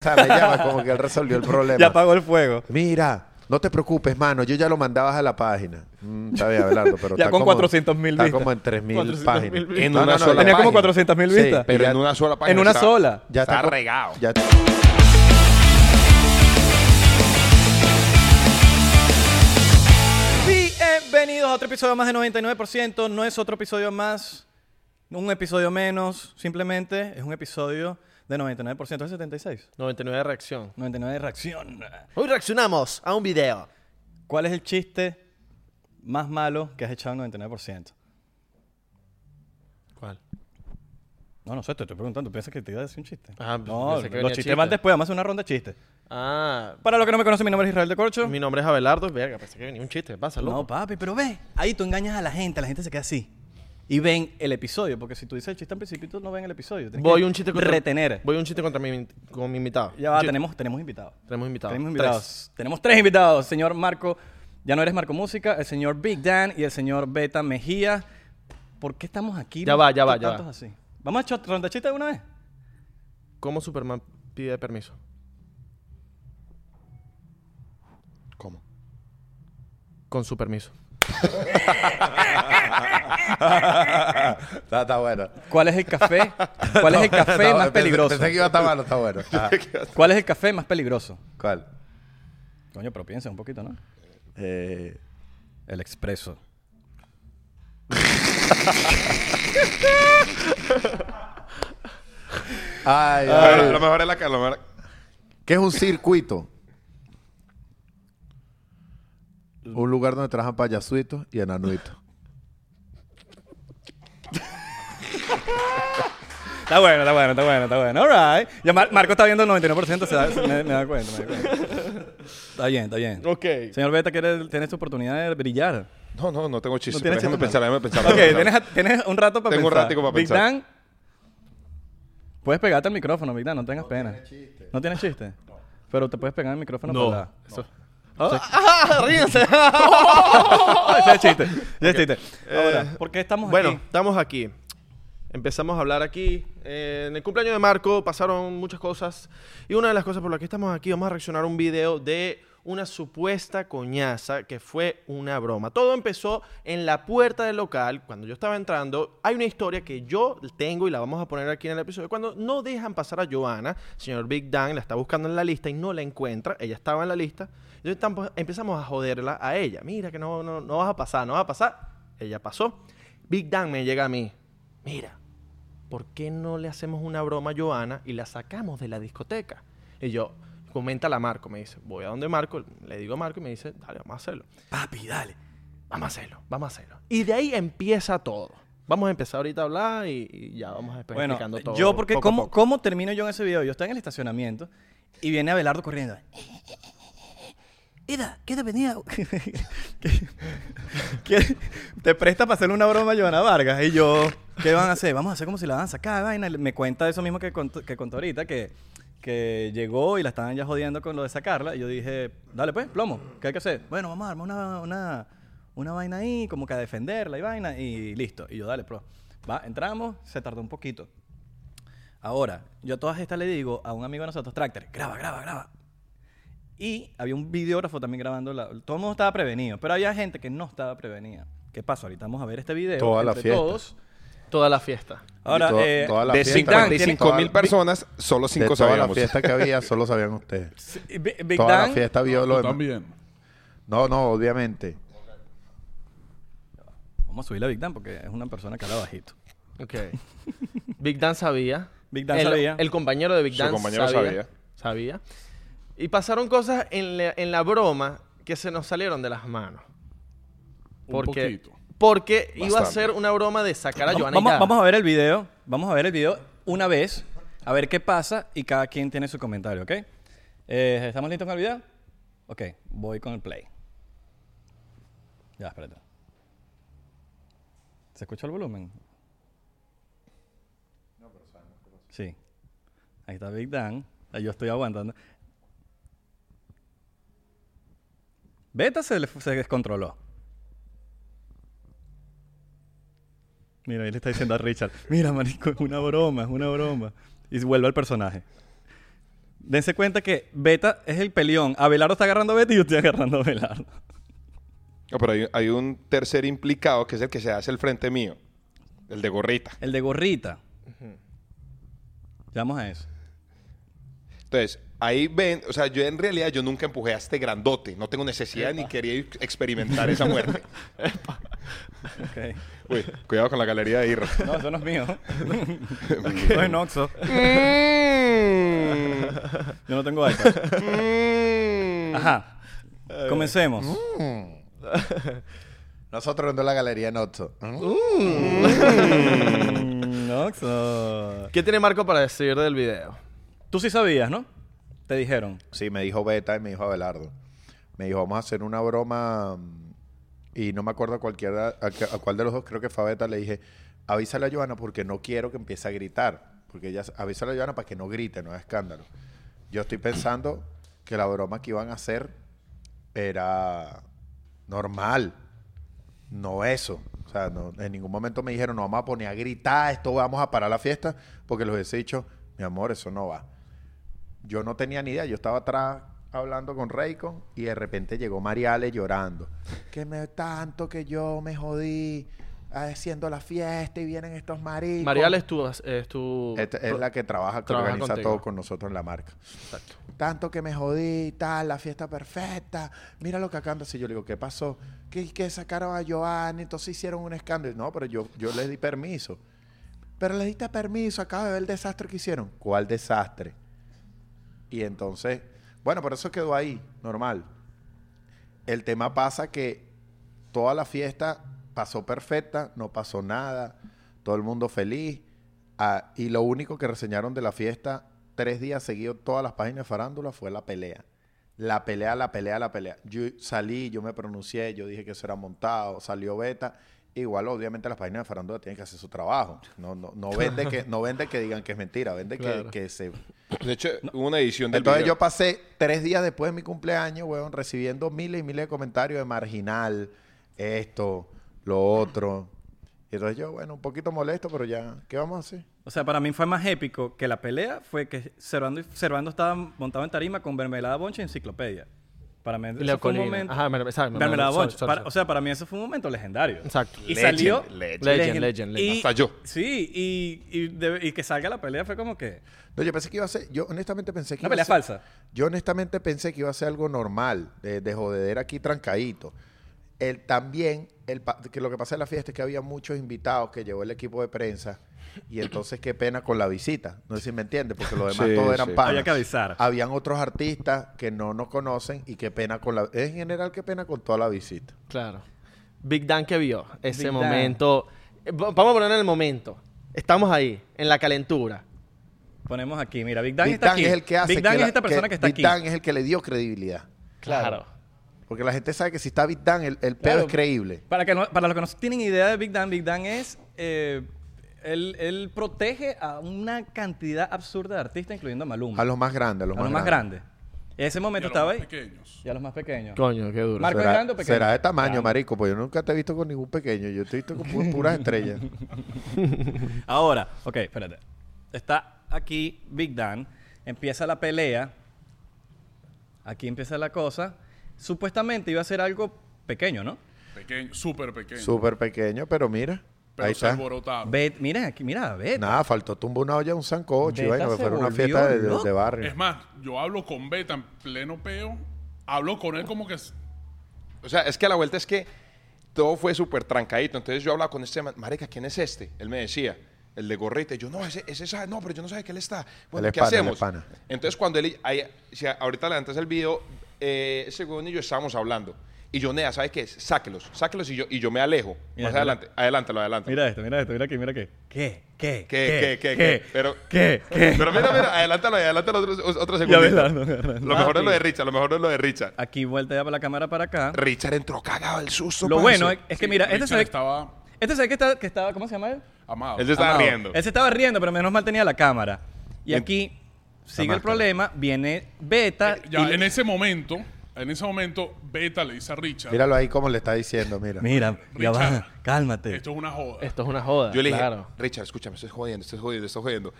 sea, me llama como que él resolvió el problema. Ya apagó el fuego. Mira, no te preocupes, mano. Yo ya lo mandabas a la página. Mm, está bien, Abelardo, pero Ya está con como- 400.000 Está vistas. como en 3.000 400.000 páginas. vistas. En una sola Tenía como página. 400.000 Sí, vistas. Pero Ya- en una sola página. en una está- sola. Ya Está co- regado. Ya Bienvenidos a otro episodio más de 99%. No es otro episodio más, un episodio menos. Simplemente es un episodio de 99%. ¿Es 76? 99 de reacción. 99 de reacción. Hoy reaccionamos a un video. ¿Cuál es el chiste más malo que has echado en 99%? ¿Cuál? No, no sé, te estoy preguntando. ¿Piensas que te iba a decir un chiste? Ah, no, pensé que venía los chistes chiste. van después. Vamos a hacer una ronda de chistes. Ah, Para los que no me conocen, mi nombre es Israel de Corcho. mi nombre es Abelardo. Verga, pensé que venía un chiste. Pasa, No, loco. papi, pero ve, ahí tú engañas a la gente, la gente se queda así. Y ven el episodio, porque si tú dices el chiste al principio, tú no ven el episodio. Tienes voy que un chiste contra... retener. Voy un chiste contra mi, con mi invitado. Ya va, Chiste. tenemos, tenemos invitados. Tenemos invitado. Tenemos invitados. Tenemos tres invitados. Señor Marco, ya no eres Marco Música, el señor Big Dan y el señor Beta Mejía. ¿Por qué estamos aquí? Ya va, ya va, tantos ya va. así? ¿Vamos a echar ronda de chistes de una vez? ¿Cómo Superman pide permiso? ¿Cómo? Con su permiso. está, está bueno. ¿Cuál es el café? ¿Cuál es el café Está- más pensé- peligroso? Pensé que iba a estar malo, está bueno. Ajá. ¿Cuál es el café más peligroso? ¿Cuál? Coño, pero piensa un poquito, ¿no? Eh, El expreso. ay, Ah, A ver, ay. Lo mejor es la cara. Lo mejor... ¿Qué es un circuito? Un lugar donde trabajan payasuitos y enanuitos. Está bueno, está bueno, está bueno, está bueno. All right. Ya Mar- Marco está viendo el 99%, se da- se- me, me da cuenta, me da cuenta. Está bien, está bien. Ok. Señor Beta, quiere, tienes tu oportunidad de brillar. No, no, no tengo chiste. No pero tienes déjame chiste, pensar, déjame pensar. Ok, déjame tienes, pensar. tienes un rato para Tengo un pensar. ratico para Big pensar. Dan, puedes pegarte al micrófono, Big Dan, no tengas pena. ¿No tienes chiste? Pero te puedes pegar al micrófono No. para... Eso. ¡Ah, ríense! Ese es chiste, ese es chiste. Eh, Ahora, ¿por qué estamos bueno, aquí? estamos aquí. Empezamos a hablar aquí. Eh, en el cumpleaños de Marco pasaron muchas cosas. Y una de las cosas por las que estamos aquí, vamos a reaccionar a un video de una supuesta coñaza que fue una broma. Todo empezó en la puerta del local, cuando yo estaba entrando. Hay una historia que yo tengo y la vamos a poner aquí en el episodio. Cuando no dejan pasar a Joana, señor Big Dan la está buscando en la lista y no la encuentra. Ella estaba en la lista. Entonces tampo- empezamos a joderla a ella. Mira que no, no, no vas a pasar, no vas a pasar. Ella pasó. Big Dan me llega a mí. Mira, ¿por qué no le hacemos una broma a Joana y la sacamos de la discoteca? Y yo, coméntala a Marco, me dice, voy a donde Marco, le digo a Marco y me dice, dale, vamos a hacerlo. Papi, dale. Vamos a hacerlo, vamos a hacerlo. Y de ahí empieza todo. Vamos a empezar ahorita a hablar y, y ya vamos a estar Bueno, pues, eh, explicando todo. yo porque poco a ¿cómo, poco. ¿cómo termino yo en ese video? Yo estoy en el estacionamiento y viene Abelardo corriendo. Ida, ¿qué te venía? ¿Qué- qué- te presta para hacerle una broma a Joana Vargas y yo, ¿qué van a hacer? Vamos a hacer como si la van a sacar, vaina. Me cuenta eso mismo que contó, que contó ahorita, que, que llegó y la estaban ya jodiendo con lo de sacarla. Y yo dije, dale pues, plomo, ¿qué hay que hacer? Bueno, vamos a armar una, una, una vaina ahí, como que a defenderla y vaina, y listo. Y yo, dale, pro. Va, entramos, se tardó un poquito. Ahora, yo a todas estas le digo a un amigo de nosotros, Tractor, graba, graba, graba. Y había un videógrafo también grabando. La, todo el mundo estaba prevenido, pero había gente que no estaba prevenida. ¿Qué pasa? Ahorita vamos a ver este video. Toda la entre fiesta. todos. Toda la fiesta. Ahora, Y to- eh, toda la De fiesta, Dan, 55 mil toda- personas, solo De 5 toda la sabíamos. fiesta que había, solo sabían ustedes. si- Bi- Big toda Dan, la fiesta vio lo demás. También. No, no, obviamente. Vamos a subirle a Big Dan porque es una persona que habla bajito. Ok. Big Dan sabía. Big Dan el, sabía. El compañero de Big Su Dan compañero sabía. sabía. Sabía. Y pasaron cosas en la, en la broma que se nos salieron de las manos. Un Porque, poquito. porque iba a Bastante. ser una broma de sacar a Vamos, Joana y vamos- ya. vamos a ver el video. Vamos a ver el video una vez. A ver qué pasa y cada quien tiene su comentario, ¿ok? Eh, ¿Estamos listos con el video? Ok, voy con el play. Ya, espérate. ¿Se escucha el volumen? No, pero Sí. Ahí está Big Dan. Ahí Yo estoy aguantando. Beta se, le fu- se descontroló. Mira, él está diciendo a Richard, mira, marico, es una broma, es una broma. Y vuelve al personaje. Dense cuenta que Beta es el peleón. Abelardo está agarrando a Beta y yo estoy agarrando a Abelardo. No, pero hay, hay un tercer implicado que es el que se hace el frente mío. El de gorrita. El de gorrita. Vamos a eso. Entonces, ahí ven, o sea, yo en realidad yo nunca empujé a este grandote. No tengo necesidad ni quería ir- experimentar esa muerte. Ok. Uy, cuidado con la galería de Irra. No, eso no es mío. Eso es Noxo. Mm. Yo no tengo iPad. Mm. Ajá. Comencemos. Nosotros en la galería Noto. Mm, Noxo. ¿Qué tiene Marco para decir del video? Tú sí sabías, ¿no? Te dijeron. Sí, me dijo Beta y me dijo Abelardo. Me dijo, vamos a hacer una broma. mm, Y no me acuerdo a, cualquiera, a, qué- a cuál de los dos, creo que fue a Beta, le dije, avísale a Joana porque no quiero que empiece a gritar. Porque ella, avísale a Joana para que no grite, no haga escándalo. Yo estoy pensando que la broma que iban a hacer era normal. No eso. O sea, no- en ningún momento me dijeron, no vamos a poner a gritar, esto vamos a parar la fiesta, porque les hubiese dicho, mi amor, eso no va. Yo no tenía ni idea, yo estaba atrás hablando con Reiko y de repente llegó Mariale llorando. Que me tanto que yo me jodí ah, haciendo la fiesta y vienen estos maricos. Marial es tu... Es, tu Esta es la que trabaja, que Trabaja organiza contigo. todo con nosotros en la marca. Exacto. Tanto que me jodí y tal, la fiesta perfecta. Mira lo que acá anda. Así yo le digo, ¿qué pasó? Que, que sacaron a Joan, entonces hicieron un escándalo. No, pero yo, yo les di permiso. Pero les diste permiso, acabo de ver el desastre que hicieron. ¿Cuál desastre? Y entonces, bueno, por eso quedó ahí, normal. El tema pasa que toda la fiesta pasó perfecta, no pasó nada, todo el mundo feliz. Ah, y lo único que reseñaron de la fiesta tres días seguidos, todas las páginas de farándula, fue la pelea. La pelea, la pelea, la pelea. Yo salí, yo me pronuncié, yo dije que eso era montado, salió beta. Igual, obviamente, las páginas de farándula tienen que hacer su trabajo. No, no, no, vende, que, no vende que digan que es mentira, vende que- Claro. que se De hecho, hubo una edición del entonces video. yo pasé tres días después de mi cumpleaños, weón, recibiendo miles y miles de comentarios de marginal, esto, lo otro. Y entonces yo, bueno, un poquito molesto, pero ya, ¿qué vamos a hacer? O sea, para mí fue más épico que la pelea fue que Cervando, Cervando estaba montado en tarima con Mermelada Bonche y Enciclopedia. Para mí eso fue un Colina. momento... Ajá, merme- sabe, mermelada Mermelada Bonche, Bonche. sorry, Para- sorry. O sea, para mí eso fue un momento legendario. Exacto. Y salió... Legend, legend, legend, legend. Y- Hasta yo. Sí, y, y de- y que salga la pelea fue como que... No, yo pensé que iba a ser, yo honestamente pensé que Una iba pelea a ser, falsa. Yo honestamente pensé que iba a ser algo normal, de, de jodedera aquí trancadito. El, también, el, pa- que lo que pasa en la fiesta es que había muchos invitados que llevó el equipo de prensa y entonces qué pena con la visita. No sé si me entiendes, porque los demás Sí, todos eran sí. panas. Había que avisar. Habían otros artistas que no nos conocen y qué pena con la... En general, qué pena con toda la visita. Claro. Big Dan que vio ese Big Dan. momento. Eh, va- Vamos a poner en el momento. Estamos ahí, en la calentura. Ponemos aquí, mira, Big Dan Big está Dan aquí. es el que hace Big Dan que es la- esta persona que, está Big aquí. Dan es el que le dio credibilidad. Claro. Porque la gente sabe que si está Big Dan, el, el pedo Claro. es creíble. Para, que no- para los que no tienen idea de Big Dan, Big Dan es. eh, él, él protege a una cantidad absurda de artistas, incluyendo a Maluma. A los más grandes, a los, A los más grandes. En ese momento estaba ahí. Y a los más pequeños. Coño, qué duro. Marco es será, grande o pequeño. será de tamaño, marico, pues yo nunca te he visto con ningún pequeño. Yo te he visto con pu- puras estrellas. Ahora, ok, espérate. Está aquí Big Dan, empieza la pelea, aquí empieza la cosa. Supuestamente iba a ser algo pequeño, ¿no? Pequeño, súper pequeño. Súper pequeño, pero mira. pero ahí se está. alborotaron. Bet, mira, aquí, mira, Bet. Nada, faltó tumba una olla, un sancocho. Y bueno, Beta que se fuera una volvió fiesta de, de- loco. de barrio. Es más, yo hablo con Beta en pleno peo. Hablo con él como que. s- O sea, es que la vuelta es que todo fue súper trancadito. Entonces yo hablaba con este man, marica, ¿quién es este? Él me decía, el de gorrita. Y yo, no, ese, ese sabe, no, pero yo no sabía que él está. Bueno, Él es ¿qué pana, él hacemos? es pana. Entonces cuando él, ahí- si a- ahorita levantas el video, eh, ese huevón y yo estábamos hablando. Y yo, Nea, ¿sabes qué? Sáquelos, sáquelos y yo, y yo me alejo. Mira, Más mira. adelante, adelántalo, adelante. Mira esto, mira esto, mira aquí, mira aquí. ¿Qué? ¿Qué? ¿Qué, qué, qué, qué? Pero- ¿Qué? ¿Qué? Pero mira, mira, adelántalo, adelántalo otro, otro segundito. Abelardo, Abelardo. Lo mejor es lo de Richard, lo mejor es lo de Richard. Aquí voltea para la cámara para acá. Richard entró cagado el susto. Lo parce. bueno es, es que Sí, mira, este Richard se ve, estaba este se ve que, está, que estaba, ¿cómo se llama él? amado. Él se estaba Amado. riendo. Él se estaba riendo, pero menos mal tenía la cámara. Y Bien. aquí sigue el máscara. problema, viene Beta. Eh, Ya y- en ese momento, en ese momento, Beta le dice a Richard: Míralo ahí como le está diciendo, mira. Mira, ya Richard, va, cálmate. Esto es una joda. Esto es una joda. Yo le dije, Ah, claro. Richard, escúchame, estás jodiendo, estás jodiendo, estás jodiendo.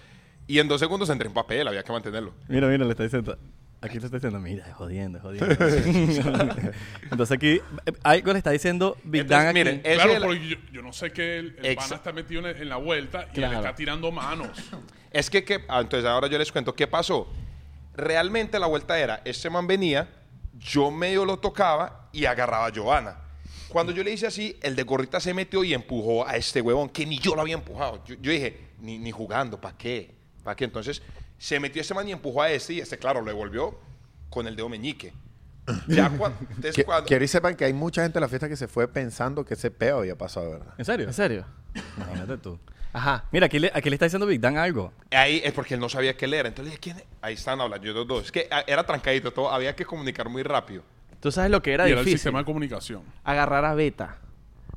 Y en dos segundos entré en papel, había que mantenerlo. Mira, mira, le está diciendo. Aquí le está diciendo, mira, es jodiendo, es jodiendo. Entonces aquí, eh, algo le está diciendo Big Entonces, Dan aquí. miren, ese claro, es el- porque yo, yo no sé que el, el Exa- pana está metido en, en la vuelta y Claro. le está tirando manos. Es que, que- ah, entonces ahora yo les cuento qué pasó. Realmente la vuelta era, este man venía, yo medio lo tocaba y agarraba a Giovanna. Cuando yo le hice así, el de gorrita se metió y empujó a este huevón, que ni yo lo había empujado. Yo, yo dije, ni, ni jugando, ¿para qué? ¿Para qué? Entonces se metió este man y empujó a este y este, claro, lo devolvió con el dedo meñique. Ya cuan- entonces, Que- cuando... Quiero que sepan que hay mucha gente en la fiesta que se fue pensando que ese peo había pasado, ¿verdad? ¿En serio? ¿En serio? Imagínate tú. Ajá. Mira, aquí le, aquí le está diciendo Big Dan algo. Ahí es porque él no sabía qué leer. Entonces le dije, ¿quién? es? Ahí están hablando yo los dos. Es que ah, era trancadito todo, había que comunicar muy rápido. Tú sabes lo que era y era el difícil. sistema de comunicación. Agarrar a Beta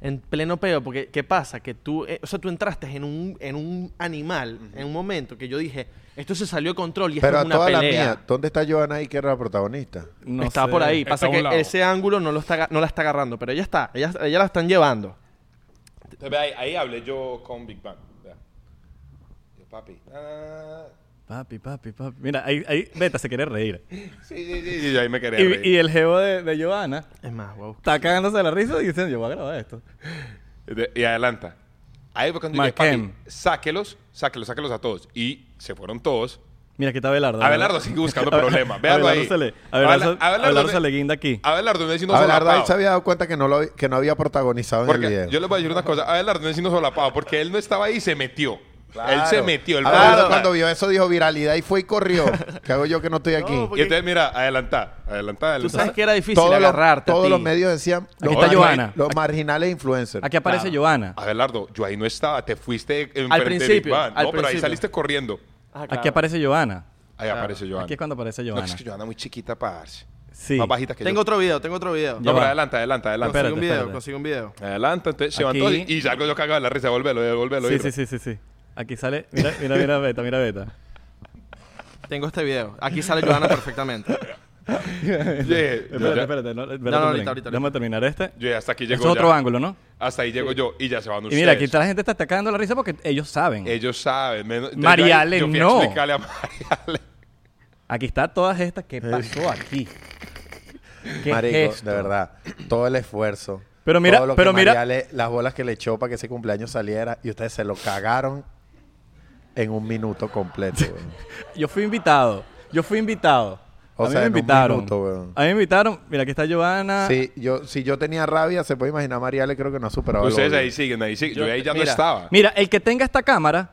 en pleno peo. Porque, ¿qué pasa? Que tú, eh, o sea, tú entraste en un, en un animal, en un momento que yo dije, esto se salió de control y esto Pero es a una toda la pelea. mía, ¿dónde está Joana ahí que era la protagonista? No está sé. por ahí. Está Pasa a un que lado. ese ángulo no, lo está, aga- no la está agarrando, pero ella está, ella, ella la están llevando. Entonces, ve ahí, ahí hablé yo con Big Bang. vea. Yo, papi. ah, Papi, papi, papi. Mira, ahí, ahí Beta se quiere reír. sí, sí, sí, sí, ahí me quería reír. Y, y el jevo de, de Giovanna Es más, wow. está cagándose de la risa y diciendo, yo voy a grabar esto. De- y adelanta. Ahí fue cuando dije, papi, Marquem. sáquelos, sáquelos, sáquelos a todos. Y se fueron todos. Mira, aquí está Abelardo. Abelardo sigue buscando problemas. Véalo Abelardo ahí. se le- Abela- Abelardo- Abelardo Abelardo le- Ah, se le guinda aquí. Abelardo no es sino Abelardo ahí solapado. se había dado cuenta que no, lo, hab- que no había protagonizado en el Porque video. yo les voy a decir una cosa. Abelardo no es sino solapado porque él no estaba ahí y se metió. Él se metió. Él Abelardo fue- Ah, cuando vio eso dijo viralidad y fue y corrió. ¿Qué hago yo que no estoy aquí? No, porque- Y entonces, mira, adelantá, adelantá, Tú adelantá. sabes que era difícil todos los, agarrarte. a todos ti. los medios decían los, está margin- Johanna. los marginales influencers. Aquí aparece Claro. Giovanna. Abelardo, yo ahí no estaba, te fuiste en frente de principio, Big Bang. al no, pero ahí principio. saliste corriendo. Ah, claro. Aquí aparece Giovanna. Ahí aparece Joana. Aquí es cuando aparece No, Giovanna. es que Joana muy chiquita para darse. Sí. Más bajita que Tengo yo. otro video, tengo otro video. Ya No, va. pero adelanta, adelanta, adelanta. Consigue espérate, un video, espérate. consigue un video. Adelanta, entonces se van Aquí. todos y- y salgo yo cagado de la risa, volvelo, volvelo. Sí, sí, sí, sí, sí. Aquí sale, mira, mira, mira Beta, mira Beta. Tengo este video. Aquí sale Johanna perfectamente. espérate, espérate, no, espérate, No, no, ahorita, Belén. ahorita, ahorita. Déjame terminar este. Yo hasta aquí Este es llegó otro ya. ángulo, ¿no? Hasta ahí llego yo y ya se van ustedes. Eh. Y mira, aquí está la gente está atacando la risa porque ellos saben. Ellos saben. menos- entonces Mariale, yo ahí- yo fui a no. explicarle a Mariale. Aquí está todas estas. Eh. ¿Qué pasó aquí? ¿Qué Marico, gesto? de verdad, todo el esfuerzo. Pero mira, todo lo que pero mira- Mariale- las bolas que le echó para que ese cumpleaños saliera y ustedes se lo cagaron en un minuto completo. weón. Yo fui invitado. Yo fui invitado. O a mí sea, me en un invitaron. minuto, weón. a mí me invitaron. Mira, aquí está Giovanna. Sí, yo, si yo tenía rabia, se puede imaginar Mariale, creo que no superaba. el Ustedes odio. ahí siguen, ahí siguen. Yo, Yo- ahí ya no mira, estaba. Mira, el que tenga esta cámara,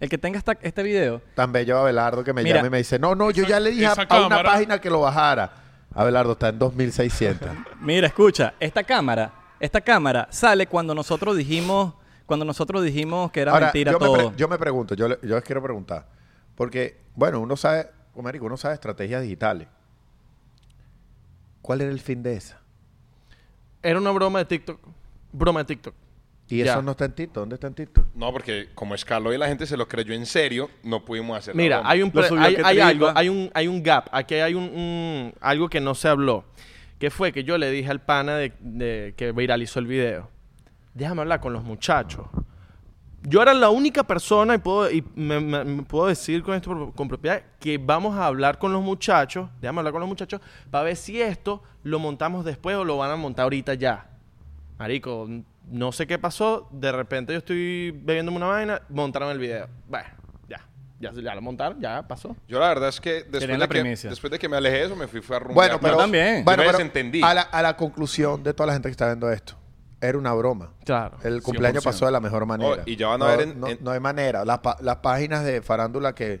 el que tenga esta, este video, Tan bello Abelardo que me Mira. llama y me dice, no, no, yo Esa- ya le dije a, esa a una cámara- página que lo bajara. Abelardo está en 2600. Mira, escucha, esta cámara, esta cámara sale cuando nosotros dijimos, cuando nosotros dijimos que era Ahora, mentira yo me, todo. pre- yo me pregunto, yo, le- yo les quiero preguntar. Porque, bueno, uno sabe, oh, marico, uno sabe estrategias digitales. ¿Cuál era el fin de esa? Era una broma de TikTok. Broma de TikTok. Y Ya. eso no está en Tito. ¿Dónde está en Tito? No, porque como escaló y la gente se lo creyó en serio, no pudimos hacer la Mira, broma. hay un, Lo pre- subió hay, que hay tripa. algo, hay un, hay un gap. Aquí hay un, un- algo que no se habló. Que fue que yo le dije al pana de, de- que viralizó el video. Déjame hablar con los muchachos. Yo era la única persona, y puedo, y me- me- me puedo decir con esto por- con propiedad, que vamos a hablar con los muchachos, déjame hablar con los muchachos, para ver si esto lo montamos después o lo van a montar ahorita ya. Marico, no sé qué pasó, de repente yo estoy bebiéndome una vaina, montaron el video. Bueno, ya, ya, ya lo montaron, ya pasó. Yo la verdad es que después, de Querían la que primicia. después de que me alejé de eso, me fui, fui a rumbear. Bueno, con- pero también. Bueno, Yo me pero desentendí. A la, a la conclusión de toda la gente que está viendo esto, era una broma. Claro. El cumpleaños 100%. pasó de la mejor manera. Oh, y ya van a no, ver en- no, en- no hay manera. Las, pa- las páginas de farándula que,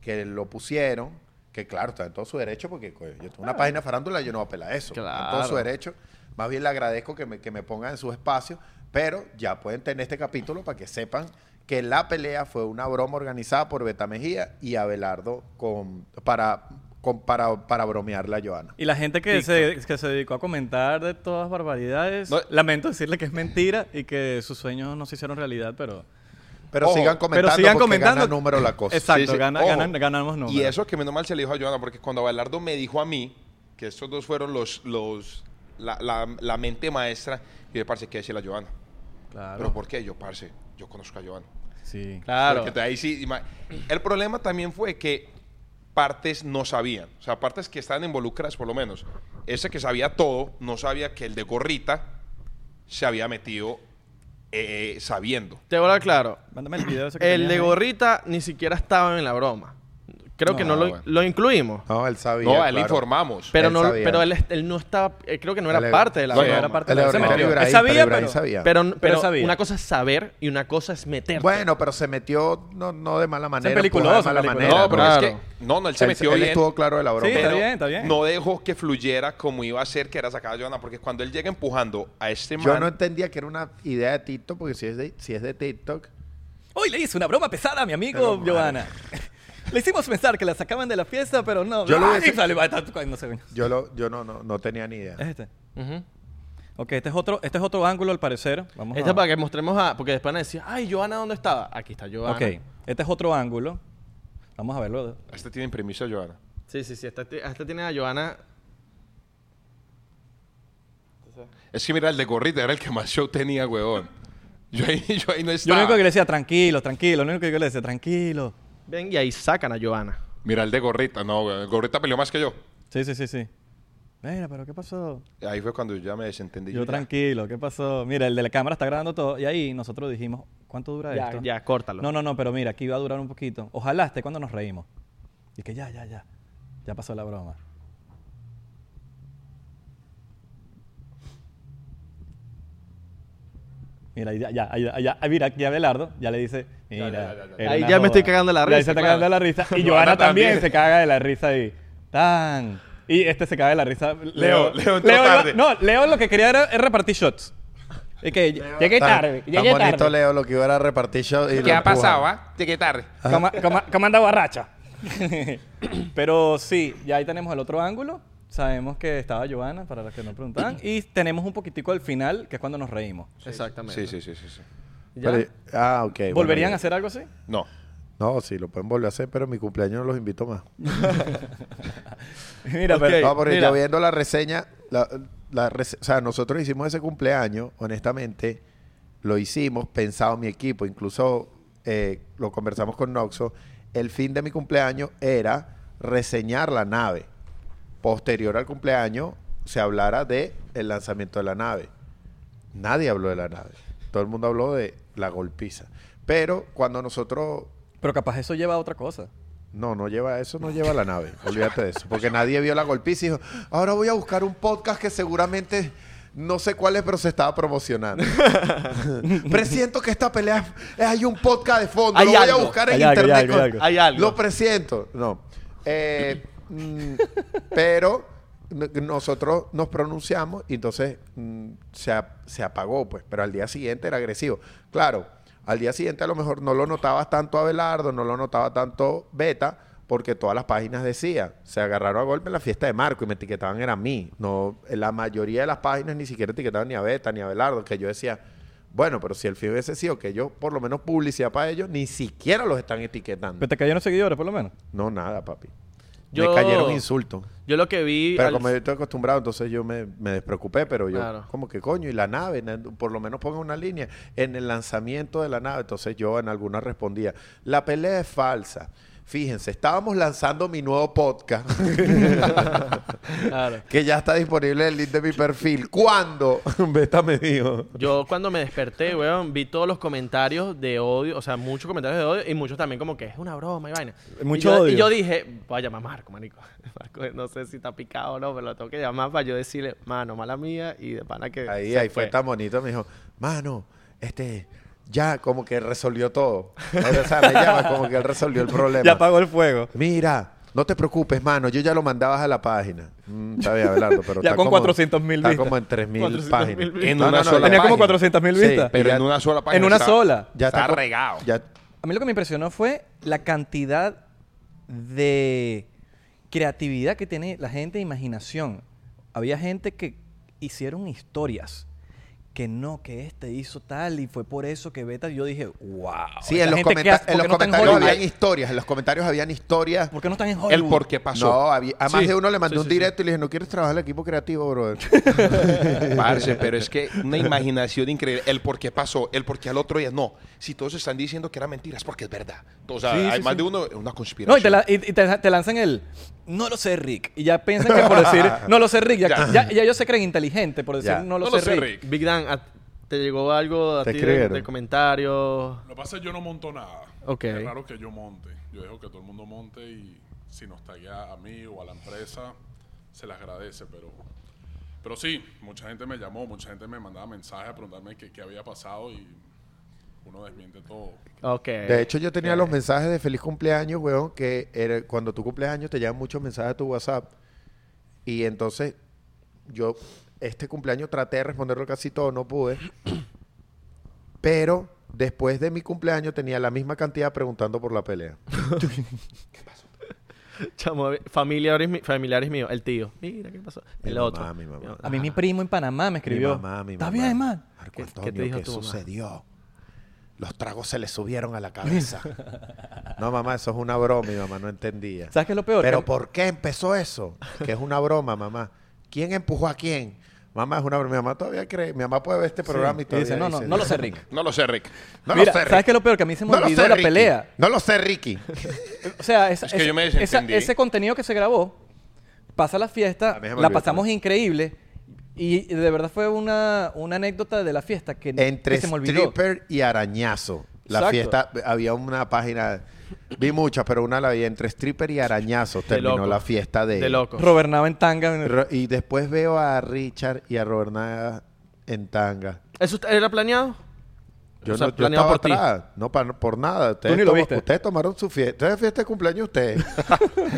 que lo pusieron, que claro, está en todo su derecho, porque coño, yo tengo una página de farándula, yo no voy a apelar a eso. Está en todo su Claro. derecho. Más bien le agradezco que me, que me pongan en sus espacios, pero ya pueden tener este capítulo para que sepan que la pelea fue una broma organizada por Beta Mejía y Abelardo con, para, con- para, para bromearle a Joana. y la gente que se, que se dedicó a comentar de todas barbaridades, No. lamento decirle que es mentira y que sus sueños no se hicieron realidad, pero Pero Ojo, sigan pero comentando sigan porque comentando. gana número la cosa. Exacto, gana- Ojo, ganan- ganamos número. Y eso que menos mal se le dijo a Joana, porque cuando Abelardo me dijo a mí que estos dos fueron los, los la, la- la mente maestra, yo dije, parce, ¿qué decirle a Joana? claro. ¿Pero por qué? Yo, parce, yo conozco a Joana. Sí. Claro. Porque ahí sí, ima- el problema también fue que partes no sabían, o sea, partes que estaban involucradas por lo menos. Ese que sabía todo no sabía que el de gorrita se había metido eh, sabiendo. Te voy a hablar claro. Mándame el video. ese que El tenías ahí. de gorrita ni siquiera estaba en la broma. Creo que Ah, no lo, bueno. lo incluimos. No, él sabía. no, a él claro. le informamos. Pero, Ah, Él no, sabía. pero él, él no estaba, eh, creo que no era Él- parte de la no, broma. no, era no. parte Él de era- la se él metió. era Ibrahim, Él sabía, pero Ibrahim pero- sabía. Pero, pero, sabía. una cosa es saber y una cosa es meterte. Bueno, pero se metió no, no de mala manera. peliculoso, empujó de mala peliculoso. manera. no, pero Claro. es que no, no, él se Él- metió él bien. estuvo claro de la broma. Sí, está pero bien, está bien. No dejó que fluyera como iba a ser que era sacada Joana, porque cuando él llega empujando a este man, Yo no entendía que era una idea de TikTok, porque si es de, si es de TikTok, Hoy le hice una broma pesada a mi Pero, amigo madre. Giovanna. le hicimos pensar que la sacaban de la fiesta, pero no. Yo lo Ay, hubiese- sale, va, está- no sé. coño. yo lo, yo no, no, no tenía ni idea. Es este. Ujú. Ok, este es otro, este es otro ángulo al parecer. Vamos Esta a... es para que mostremos a. Porque después van a decir, ay, Joana, ¿dónde estaba? Aquí está Joana. Ok, este es otro ángulo. Vamos a verlo. este tiene premisa Joana. Sí, sí, sí. Esta, ti- esta tiene a Joana. Es que mira, el de gorrita era el que más show tenía, huevón. Yo ahí, yo ahí no Yo lo estaba. único que le decía, tranquilo, tranquilo. Lo único que yo le decía, tranquilo. Ven, y ahí sacan a Joana. Mira, el de gorrita, no, huevón, el gorrita peleó más que yo. Sí, sí, sí, sí. Mira, pero ¿qué pasó? Ahí fue cuando yo ya me desentendí. Yo ya. tranquilo, ¿qué pasó? Mira, el de la cámara está grabando todo. Y ahí nosotros dijimos, ¿cuánto dura Ya, esto? ya, córtalo. No, no, no, pero mira, aquí va a durar un poquito. Ojalá esté cuando nos reímos. Y que ya, ya, ya. Ya pasó la broma. Mira, ahí ya, ya, ahí ya, ahí ya, ah, mira, aquí Abelardo ya le dice, mira, ya, ya, ya. era Ahí una ya me estoy joda. cagando la Y ahí risa, se está claro. cagando la risa. Y Johanna Johanna también también. se caga de la risa ahí. Tan. Y este se caga de la risa. Leo, Leo, Leo entró iba- tarde. No, Leo lo que quería era, era repartir shots. Y que llegué Tan- tarde, tan llegué bonito tarde. Leo lo que iba era repartir show y lo empujan. ah? Llegué tarde. Coma- coma- Comanda borracha. Pero sí, ya ahí tenemos el otro ángulo. Sabemos que estaba Giovanna, para los que no preguntaban. Y tenemos un poquitico al final, que es cuando nos reímos. Sí, Exactamente. sí, sí, sí, sí. ¿Ya? Pero- ah, ok. bueno, ¿Volverían ya. a hacer algo así? No. No, sí, lo pueden volver a hacer, pero en mi cumpleaños no los invito más. Mira, Ok. pero... no, porque mira. yo viendo la reseña, la, la rese- o sea, nosotros hicimos ese cumpleaños, honestamente, lo hicimos, pensado mi equipo, incluso eh, lo conversamos con Noxo, el fin de mi cumpleaños era reseñar la nave. Posterior al cumpleaños se hablara de el lanzamiento de la nave. Nadie habló de la nave. Todo el mundo habló de la golpiza. Pero cuando nosotros Pero capaz eso lleva a otra cosa. no, no lleva eso, no lleva la nave. Olvídate de eso. Porque nadie vio la golpiza y dijo, ahora voy a buscar un podcast que seguramente no sé cuál es, pero se estaba promocionando. presiento que esta pelea es- hay un podcast de fondo. Hay lo voy algo. a buscar en Hay algo, hay internet. algo, con- hay algo. Hay algo. Lo presiento. No. Eh, mm, pero n- nosotros nos pronunciamos y entonces mm, se, ap- se apagó, pues. Pero al día siguiente era agresivo. Claro, al día siguiente a lo mejor no lo notabas tanto a Belardo, no lo notaba tanto Beta, porque todas las páginas decían, se agarraron a golpe en la fiesta de Marco y me etiquetaban era a mí. No, la mayoría de las páginas ni siquiera etiquetaban ni a Beta ni a Belardo, que yo decía, bueno, pero si el fin hubiese sido que ellos, por lo menos publicidad para ellos, ni siquiera los están etiquetando. Pero te cayeron seguidores, por lo menos. No, nada, papi. Yo- Me cayeron insultos. Yo lo que vi. Pero al- como yo estoy acostumbrado, entonces yo me, me despreocupé, pero yo, Claro. como que coño, y la nave, Na- por lo menos ponga una línea en el lanzamiento de la nave. Entonces yo en alguna respondía, la pelea es falsa. Fíjense, estábamos lanzando mi nuevo podcast, Claro. que ya está disponible en el link de mi perfil. ¿Cuándo? Beta me dijo. Yo cuando me desperté, weón, vi todos los comentarios de odio, o sea, muchos comentarios de odio y muchos también como que es una broma y vaina. Mucho y yo, odio. Y yo dije, voy a llamar a Marco, marico. Marco, no sé si está picado o no, pero lo tengo que llamar para yo decirle, mano, mala mía y de pana que... Ahí, se ahí fue tan bonito, me dijo, mano, este, ya como que resolvió todo. O sea, me llama como que él resolvió el problema. Ya apagó el fuego. Mira, no te preocupes, mano. Yo ya lo mandabas a la página. Mm, está bien, Abelardo, pero Ya está con como- 400.000 está vistas. como en 3.000 páginas. En una sola Tenía como página. 400.000 Sí, vistas. Pero Ya- en una sola página. en una está- sola. Ya está, co- regado. Ya, A mí lo que me impresionó fue la cantidad de creatividad que tiene la gente, imaginación. Había gente que hicieron historias, que no, que este hizo tal y fue por eso que Beta. Yo dije, wow. Sí, esta en los, gente, ¿qué comenta- hace? ¿Por en los qué no están en comentarios Hollywood? habían historias. En los comentarios habían historias. ¿Por qué no están en Hollywood? El por qué pasó. No, había, a más Sí. de uno le mandó Sí, un sí, sí. directo y le dije, no quieres trabajar en el equipo creativo, brother. Parce, pero es que una imaginación increíble. El por qué pasó, el por qué al otro día no. Si todos están diciendo que era mentira, es porque es verdad. O sea, Sí, hay sí, más sí. de uno, es una No, y conspiración. te, la- y- y te- te lanzan el no lo sé, Rick. Y ya piensan que por decir no lo sé, Rick, ya, Ya. ya- ya ellos se creen inteligentes por decir Ya. no lo sé, Rick. Big Dan, ¿a- ¿te llegó algo a Te ti de, escribieron. de comentario? Lo que pasa es que yo no monto nada. Ok. Es raro que yo monte. Yo dejo que todo el mundo monte y si nos taguea a mí o a la empresa, se les agradece. Pero, pero sí, mucha gente me llamó, mucha gente me mandaba mensajes a preguntarme qué, qué había pasado y uno desmiente todo. Ok. De hecho, yo tenía los mensajes de feliz cumpleaños, weón, que era- cuando tú cumples años te llegan muchos mensajes a tu WhatsApp. Y entonces, yo este cumpleaños traté de responderlo casi todo, no pude. Pero después de mi cumpleaños tenía la misma cantidad preguntando por la pelea. Chamo, familiares, mi- familiares míos, el tío. Mira, ¿qué pasó? El mamá, otro. mi mamá. A mí mi primo en Panamá me escribió. Mi mamá, mi ¿Está mamá. bien, man? Marco ¿Qué- qué te Antonio, ¿qué, dijo tu mamá? sucedió? Los tragos se le subieron a la cabeza. no, mamá, eso es una broma, mi mamá no entendía. ¿Sabes qué es lo peor? ¿Pero Que- por qué empezó eso? Que es una broma, mamá. ¿Quién empujó a quién? Mamá es una broma. Mi mamá todavía cree. Mi mamá puede ver este programa y y todavía dice, no, no, no lo sé, Rick. No lo sé, Rick. No Mira, lo sé, ¿sabes Rick. qué es lo peor? Que a mí se me No lo olvidó sé, la Ricky. pelea. No lo sé, Ricky. O sea, esa- Es que esa- yo me esa- desentendí. ese contenido que se grabó, pasa la fiesta, A mí se me la olvidó pasamos increíble. Y y de verdad fue una, una anécdota de la fiesta que, Entre que se me olvidó. stripper y arañazo. La Exacto. fiesta, había una página, vi muchas, pero una la vi entre stripper y arañazo. Terminó loco. la fiesta de... De loco. Robernaba en tanga. en- Ro- Y después veo a Richard y a Roberta en tanga. ¿Eso está- era planeado? Yo O sea, no, yo planeado estaba por ti. atrás. No, pa- por nada. Ustedes, ni lo toman- viste. ustedes tomaron su fiesta. Ustedes fiesta de cumpleaños ustedes.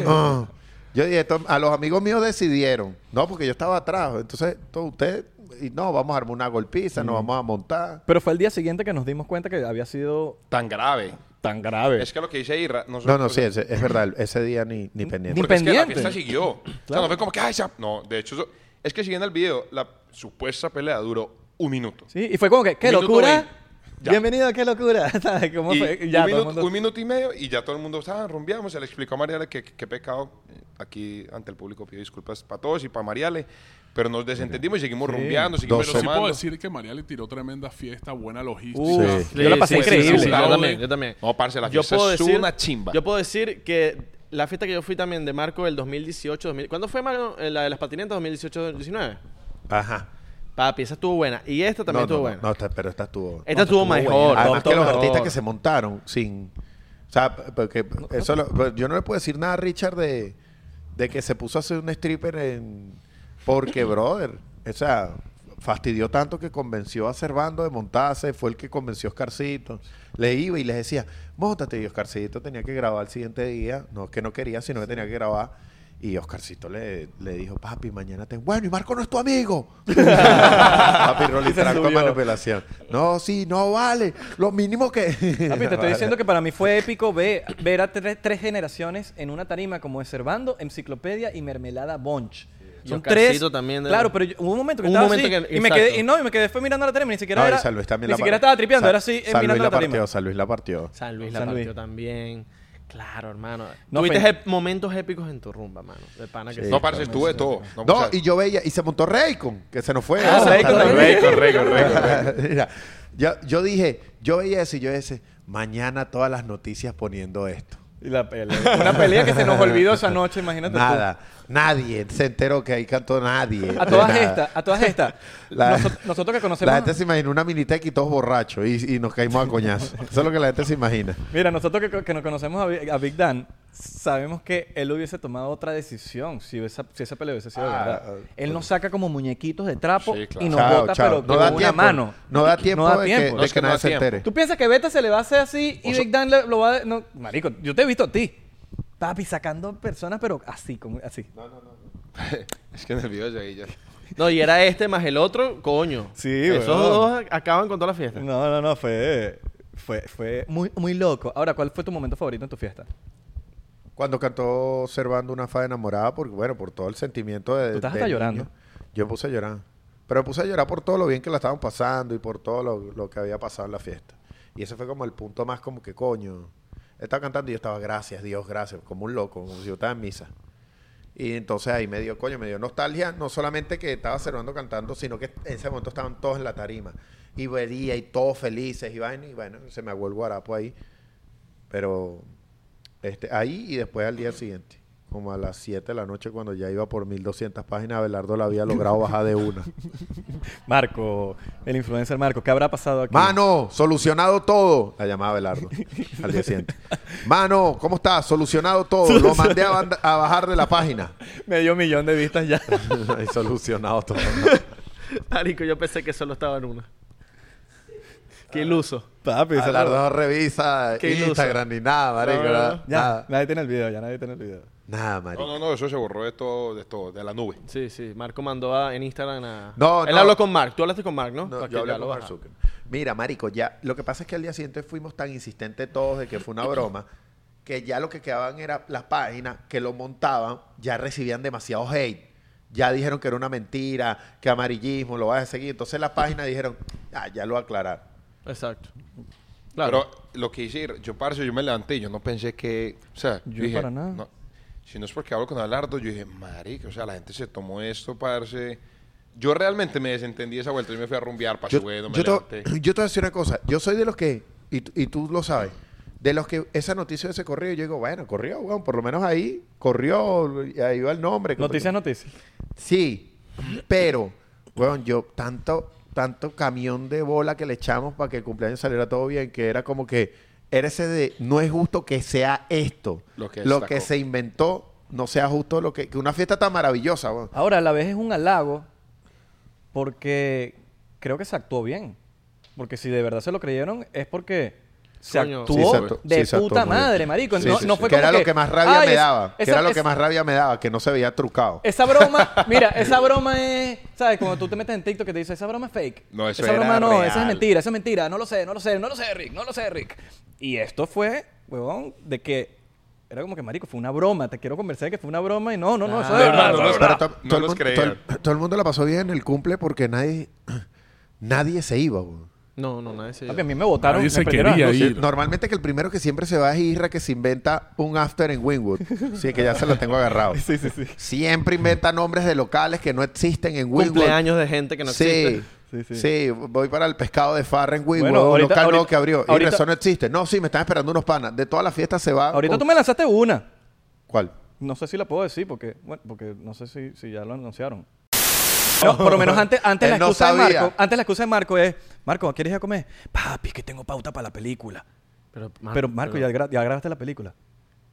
Ah. Yo dije, "Tom- a los amigos míos decidieron. No, porque yo estaba atrás. Entonces, todos ustedes... Y no, vamos a armar una golpiza, nos vamos a montar. Pero fue el día siguiente que nos dimos cuenta que había sido Tan grave. tan grave. Es que lo que dice Irra... No, sé- No, no, o sí, sea, ese- es, verdad. Ese día ni, ni pendiente. ni- Porque es que la pendiente. fiesta siguió. O sea, Claro. no fue como que... Ay, se- No, de hecho, eso- es que siguiendo el video, la supuesta pelea duró un minuto. Sí, y fue como que, ¡qué Minuto locura! veinte. Ya. Bienvenido a qué locura. ¿Sabes cómo Y fue? un, Ya, todo el minuto, mundo- un minuto y medio y ya todo el mundo estaba, rumbiamos. Se le explicó a Mariale que qué pecado. eh, Aquí ante el público pido disculpas para todos y para Mariale. Pero nos desentendimos y seguimos rumbeando, seguimos Pero sí puedo tomando. decir que María le tiró tremenda fiesta, buena logística. Uf, Sí. Yo la pasé sí, sí, increíble. sí, sí. yo también, yo también. No, parce, la yo fiesta puedo es decir, una chimba. Yo puedo decir que la fiesta que yo fui también de Marco del 2018, 2000, ¿cuándo fue Marco? Eh, La de las patinetas 2018-2019. Ajá. Papi, esa estuvo buena. Y esta también No, estuvo no, buena. No, esta- pero esta estuvo... esta estuvo mejor. Además top, que los top, artistas top. que se montaron sin... O sea, p- porque eso lo- pero yo no le puedo decir nada a Richard de, de que se puso a hacer un stripper en... Porque, brother, o sea, fastidió tanto que convenció a Servando de montarse, fue el que convenció a Oscarcito. Le iba y les decía, montate. Y Oscarcito tenía que grabar el siguiente día. No, que no quería, sino que tenía que grabar. Y Oscarcito le, le dijo, papi, mañana te... Bueno, y Marco no es tu amigo. papi, Rolly Y se Franco, subió. manipulación. No, sí, no vale. Lo mínimo que... Papi, te estoy diciendo que para mí fue épico ver, ver a tres, tres generaciones en una tarima como de Cervando, Enciclopedia y Mermelada Bunch. Son tres. Oscarcito también de- Claro, pero yo- hubo un momento que Un estaba momento así, que- y me exacto. quedé y no, y me quedé fue mirando la tarima, ni siquiera No, era y San Luis también ni la siquiera par- estaba tripeando, San- era así eh, San Luis mirando la la tarima. partió, San Luis la partió. San Luis San la Luis. partió también. Claro, hermano. No, Tuviste fe- ep- momentos épicos en tu rumba, mano. De pana que sí. No, parce, estuve todo. No, No, o sea, y yo veía, y se montó Raycon, que se nos fue. Ah, Ah, Raycon también. Raycon, Raycon, Raycon. Mira, yo, yo dije, yo veía eso y yo decía, mañana todas las noticias poniendo esto. Y la pelea. Una pelea que se nos olvidó esa noche, imagínate. tú. Nada, nadie se enteró que ahí cantó nadie. A todas estas, a todas estas. La- noso- nosotros que conocemos. La gente se imaginó una minitech y todos borrachos y, y nos caímos a coñazo. Eso es lo que la gente se imagina. Mira, nosotros que, co- que nos conocemos a, Bi- a Big Dan, sabemos que él hubiese tomado otra decisión si esa, si esa pelea hubiese sido Ah, verdad. ah, Él nos saca como muñequitos de trapo Sí, claro. y nos Chao, bota, chao. pero No con da una tiempo. mano. No da tiempo, No da de que- tiempo. de No, que, es que no nadie da se tiempo. entere. ¿Tú piensas que Beta se le va a hacer así y O sea- Big Dan le- lo va a... no, marico, yo te he visto a ti. Papi, sacando personas, pero así, como así. es que en el video ya ahí ya. No, y era este más el otro, coño. Sí, Esos weón. dos acaban con toda la fiesta. No, no, no, fue... Fue, fue muy, muy loco. Ahora, ¿cuál fue tu momento favorito en tu fiesta? Cuando cantó Servando una fa enamorada, porque bueno, por todo el sentimiento de. Tú estás del hasta niño, llorando. Yo me puse a llorar. Pero me puse a llorar por todo lo bien que la estaban pasando y por todo lo, lo que había pasado en la fiesta. Y ese fue como el punto más como que coño. Estaba cantando y yo estaba, gracias, Dios, gracias, como un loco, como si yo estaba en misa. Y entonces ahí me dio, coño, me dio nostalgia, no solamente que estaba Servando cantando, sino que en ese momento estaban todos en la tarima. Y vería y todos felices, y vaina, y bueno, se me aguó el guarapo ahí. Pero este, ahí y después al día siguiente, como a las 7 de la noche, cuando ya iba por 1200 páginas, Abelardo la había logrado bajar de una. Marco, el influencer Marco, ¿qué habrá pasado aquí? Mano, solucionado todo. La llamaba Abelardo al día siguiente. Mano, ¿cómo estás? Solucionado todo. Lo mandé a, banda- a bajar de la página. Medio millón de vistas ya. Y solucionado todo. Marico, yo pensé que solo estaba en una. Qué Ah. iluso. Papi, se Abelardo la no revisa Qué iluso. Instagram ni nada, marico. No, no, nada. no. Ya, Nada, nadie tiene el video, ya nadie tiene el video. nada, marico. No, no, no, eso se borró de esto, de esto, de la nube. Sí, sí. Marco mandó a- en Instagram a. No, Él no. habló con Mark. Tú hablaste con Mark, ¿no? No, Para que yo hablé ya lo con Mark bajara. Zuckerberg. Mira, marico, ya lo que pasa es que al día siguiente fuimos tan insistentes todos de que fue una broma que ya lo que quedaban era las páginas que lo montaban, ya recibían demasiado hate. Ya dijeron que era una mentira, que amarillismo, lo vas a seguir. Entonces las páginas dijeron, ah, ya lo voy a aclarar. Exacto. Claro. Pero lo que hice, yo parce, yo me levanté y yo no pensé que, o sea, yo, Yo dije, para nada. no, si no es porque hablo con Abelardo, yo dije, marico, o sea, la gente se tomó esto, parce. Yo realmente me desentendí esa vuelta, yo me fui a rumbear, pasé Yo, bueno, me yo levanté. te, yo te voy a decir una cosa. Yo soy de los que, y, tú- y tú lo sabes, de los que esa noticia de ese corrido, yo digo, bueno, corrió, weón, por lo menos ahí, corrió, y ahí va el nombre. Noticias, noticias. Sí, pero, weón, yo tanto, tanto camión de bola que le echamos para que el cumpleaños saliera todo bien, que era como que era ese de no es justo que sea esto. Lo que lo destacó. que se inventó no sea justo lo que, que una fiesta tan maravillosa, weón. Ahora, a la vez es un halago porque creo que se actuó bien. Porque si de verdad se lo creyeron es porque se Coño. actuó Sí, se actuó- de sí, se actuó puta muy bien. madre, marico. Sí, no, sí, no sí. fue que como era lo que más rabia "Ay, me esa- daba. que esa- era lo que esa- más rabia me daba, que no se veía trucado. Esa broma, mira, esa broma es, ¿sabes? Cuando tú te metes en TikTok que te dice, esa broma es fake. No, eso esa era broma no, esa es real. mentira, esa es mentira, no lo sé, no lo sé, no lo sé, Rick, no lo sé, Rick. Y esto fue, huevón, de que era como que, marico, fue una broma, te quiero conversar que fue una broma y no, no, no, eso es de verdad, verdad, eso no, es verdad. Pero to- no todo, el los mun- todo el- creían. todo el mundo la pasó bien en el cumple porque nadie, nadie se iba, weón. No, no, nadie se Papi, a mí me votaron, Nadie me se prendieron quería las luces. ir. Sí, Normalmente que el primero que siempre se va es Isra que se inventa un after en Winwood. Sí, que ya se lo tengo agarrado. Sí, sí, sí. Siempre inventa nombres de locales que no existen en Winwood. Cumpleaños de gente que no sí. existe. Sí, Sí, sí. voy para el pescado de Farra en Winwood, Bueno, un ahorita- local nuevo ahorita- que abrió. Isra, ahorita- eso no existe. No, sí, me están esperando unos panas. De todas las fiestas se va. Ahorita con- tú me lanzaste una. ¿Cuál? No sé si la puedo decir porque, bueno, porque no sé si, si ya lo anunciaron. No, por lo menos antes, antes la Él no excusa de sabía. Marco, antes la excusa de Marco es, Marco, ¿quieres ir a comer? Papi, que tengo pauta para la película. Pero, pero Marco, ya, gra- ya grabaste la película.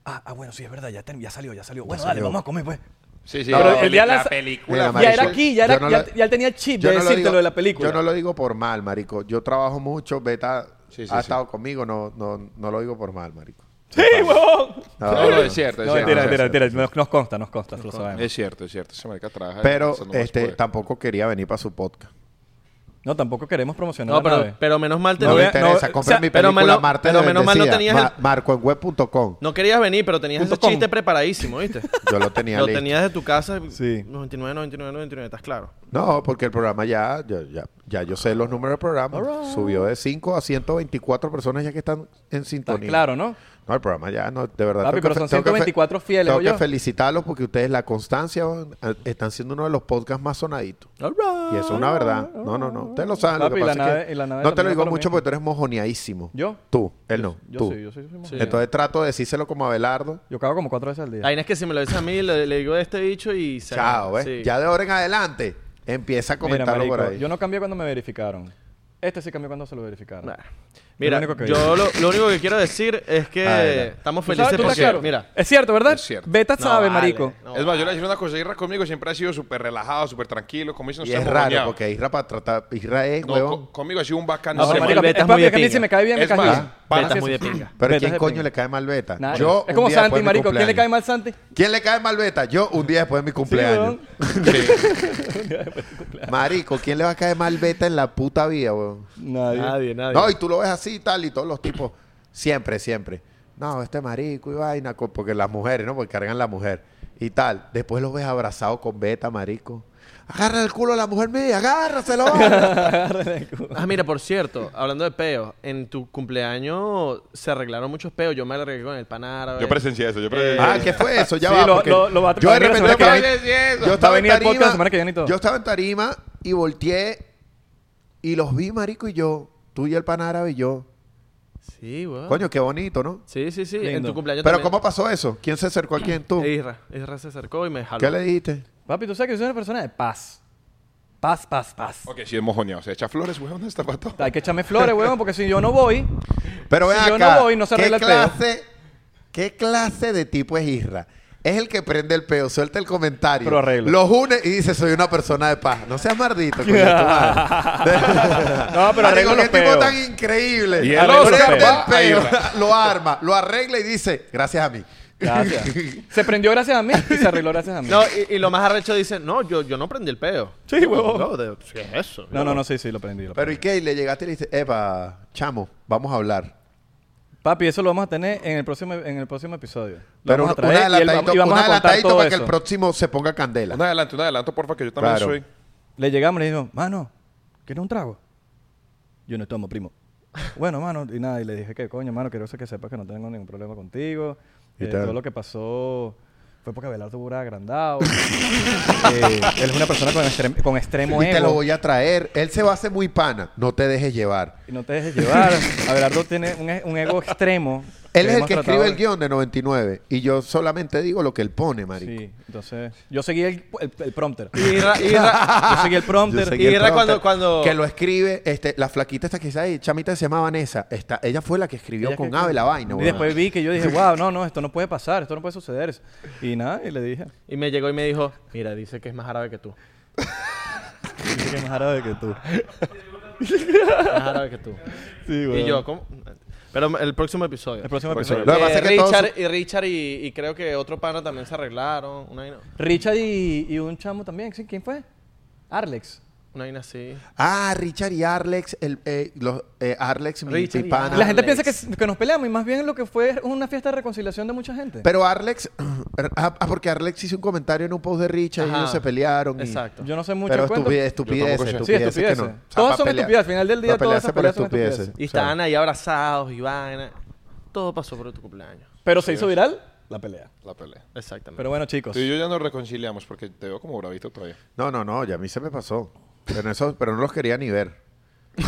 Ah, ah, bueno, sí, es verdad, ya, term- ya salió, ya salió. Bueno, dale, salió. vamos a comer, pues. Sí, sí, No, la, pero el peli- día la lanza- Mira, película. Marico, ya era aquí, ya, era- yo no ya- lo- ya él tenía el chip yo de no decirte digo- lo de la película. Yo no lo digo por mal, marico. Yo trabajo mucho, Beta Sí, sí, ha sí. estado conmigo, no, no, no lo digo por mal, marico. ¡Sí, huevón! No, No, no, es cierto, es cierto. No, mentira, es mentira, cierto. mentira. Nos, nos consta, nos consta, lo sabemos. Es cierto, es cierto. Esa marica trabaja. Pero eso no más este puede. tampoco quería venir para su podcast. No, tampoco queremos promocionar No, la pero, nave. pero menos mal te No No me vea- interesa. no, Compré o sea, mi pero película menos- Martes pero de menos mal no Bendecida. tenías Ma- el- marcoenweb.com. No querías venir, pero tenías Punto ese com. chiste preparadísimo, ¿viste? Yo lo tenía Lo listo. tenías de tu casa. Sí. 99, 99, 99, estás claro. No, porque el programa ya, ya, ya, ya yo sé los números del programa. Subió de 5 a 124 personas ya que están en Está sintonía. claro, ¿no? No, el programa ya, no, de verdad. Papi, tengo pero que fe- son tengo que fe- 124 fieles, Tengo oye. que felicitarlos porque ustedes, la constancia, van, a- están siendo uno de los podcasts más sonaditos. Y eso es una verdad. No, no, no. Ustedes lo saben. Papi, lo que la pasa es nave- que y la nave no te también lo digo es lo mucho mismo. porque tú eres mojoneadísimo. ¿Yo? Tú, él no. Yo tú. sí, yo sí, yo soy Sí. Entonces trato de decírselo como Abelardo. Yo cago como cuatro veces al día. La vaina es que si me lo dices a mí, le, le digo de este bicho y se Chao, ¿ves? sí. Ya de ahora en adelante, empieza a Mira, comentarlo por marico, ahí. Yo no cambié cuando me verificaron. Este sí cambió cuando se lo verificaron. Nah. Mira, Lo único que yo digo. lo, lo único que quiero decir es que Adelante. estamos ¿Tú sabes? felices ¿Tú estás porque, claro? mira, Es cierto, ¿verdad? Es cierto. Beta No, sabe, vale. marico. No, es más, yo le decir una cosa, Isra conmigo siempre ha sido súper relajado, súper tranquilo, como dicen Y ustedes, es raro mojoneado. porque Isra para tratar... Isra es, No, huevón. co- conmigo ha sido un bacán. No, No, pero marico, el Beta es es muy papi, de es que a mí pinga. si me cae bien, me Es cae más, bien. Pana, Beta es muy de sí- pinga. Pero Beta ¿quién es de coño pinga. le cae mal Beta? Nadie. Yo es un como día Santi, después de mi marico. ¿Quién le cumpleaños. cae mal Santi? ¿Quién le cae mal Beta? Yo un día después de mi cumpleaños. weón. Marico, ¿quién le va a caer mal Beta en la puta vida, weón? Nadie. nadie, nadie. No, y tú lo ves así y tal, y todos los tipos, siempre, siempre. No, este marico y vaina, co- porque las mujeres, ¿no? Porque cargan la mujer y tal. Después los ves abrazado con beta, marico. Agarra el culo a la mujer mía, agárraselo. vale". Ah, mira, por cierto, hablando de peos, en tu cumpleaños se arreglaron muchos peos. Yo me arreglé con el pan árabe. Yo presencié eso. Yo presencié ah, eso. ¿qué fue eso? Ya Sí, va. lo- porque lo- lo va a yo de traer la repente semana que estaba, viene. yo Va a estaba en venir el podcast tarima, la semana que viene y todo. Yo estaba en tarima y volteé y los vi, marico, y yo, tú y el pan árabe y yo. Sí, Ah. weón. Coño, qué bonito, ¿no? Sí, sí, sí. En Lindo. tu cumpleaños Pero también. Eh, ¿cómo pasó eso? ¿Quién se acercó a quién tú? Isra. Isra se acercó y me jaló. ¿Qué le dijiste? Papi, tú sabes que yo soy una persona de paz. Paz, paz, paz. Ok, sí, es mojoneado. Se echa flores, weón, ¿dónde está pato? Hay que echarme flores, weón, porque si yo no voy, Pero ven Si yo acá, no voy, no se ¿qué arregla el peo. clase, ¿qué clase de tipo es Isra? Es el que prende el peo, suelta el comentario, Pero arregla. los une y dice, soy una persona de paz. No seas mardito, coño, tu madre. No, pero arregla Marico, qué los tipo peos. tan increíble. Y él los Prende el arregla. peo, Ayuda. lo arma, lo arregla y dice, gracias a mí. gracias. se prendió gracias a mí y se arregló gracias a mí. No, y, y lo más arrecho dice, no, yo, yo no prendí el peo. Sí, huevón. No, de- ¿Qué es eso? no, no, no, sí, sí, lo prendí. lo Pero ¿y qué? Y le llegaste y le dices, Epa, chamo, vamos a hablar. prendí. Papi, eso lo vamos a tener en el próximo, en el próximo episodio. Lo Pero vamos a un traer y él va- adelantadito, y vamos un a contar adelantadito todo para que eso. el próximo se ponga candela. Un adelanto, un adelanto, porfa, que yo también Claro. soy. Le llegamos y le dijimos, mano, ¿quieres un trago? Yo no tomo, primo. bueno, mano, y nada, y le dije que coño, mano, quiero que sepas que no tengo ningún problema contigo. ¿Y Eh, tal? todo lo que pasó fue porque Abelardo Bura agrandado. Eh, él es una persona con, extrem- con extremo Y te lo ego. voy a traer. Él se va a hacer muy pana. No te dejes llevar. Y no te dejes llevar. Abelardo tiene un, e- un ego extremo. Él es el hemos que tratado escribe el de- guión de 99. Y yo solamente digo lo que él pone, marico. Sí, entonces. Yo seguí el, el, el prompter. Isra, Isra, Yo seguí el prompter. Yo seguí Y el era prompter, cuando- cuando- Que lo escribe, este, la flaquita esta que está ahí, chamita que se llama Vanessa. Esta, ella fue la que escribió Ella con que- Ave la vaina, Y weón. después vi que yo dije, wow, no, no, esto no puede pasar, esto no puede suceder. Y nada, y le dije, y me llegó y me dijo, mira, dice que es más árabe que tú. dice que es más árabe que tú. Más árabe que tú. Sí, Y yo, ¿cómo? Pero el próximo episodio. El próximo episodio. Lo que Eh, pasa es que todos- Richard, y Richard y, y creo que otro pana también se arreglaron. Una vaina, Richard y, y un chamo también, ¿sí? ¿quién fue? Arlex. una vaina así. Ah, Richard y Arlex, el, eh, los, eh, Arlex, mi- Richard mi y pana. La gente Arlex. piensa que, que nos peleamos y más bien lo que fue una fiesta de reconciliación de mucha gente. Pero Arlex, ah, ah, porque Arlex hizo un comentario en un post de Richard y Ajá. ellos se pelearon. y- Exacto. yo no sé mucho Pero del cuento. estupidez, Yo estupidez, tampoco sé. estupidez. Sí, estupideces. que no. Todos para son pelear- estupideces, al final del día para todas pelearse esas por peleas son Y estupideces. O sea, estaban ahí abrazados y vaina. Todo pasó por tu cumpleaños. Pero se hizo viral la pelea. La pelea. Exactamente. Pero bueno, chicos. Tú y yo ya nos reconciliamos porque te veo como bravito todavía. No, no, no, ya a mí se me pasó. Pero, eso, pero no los quería ni ver. Es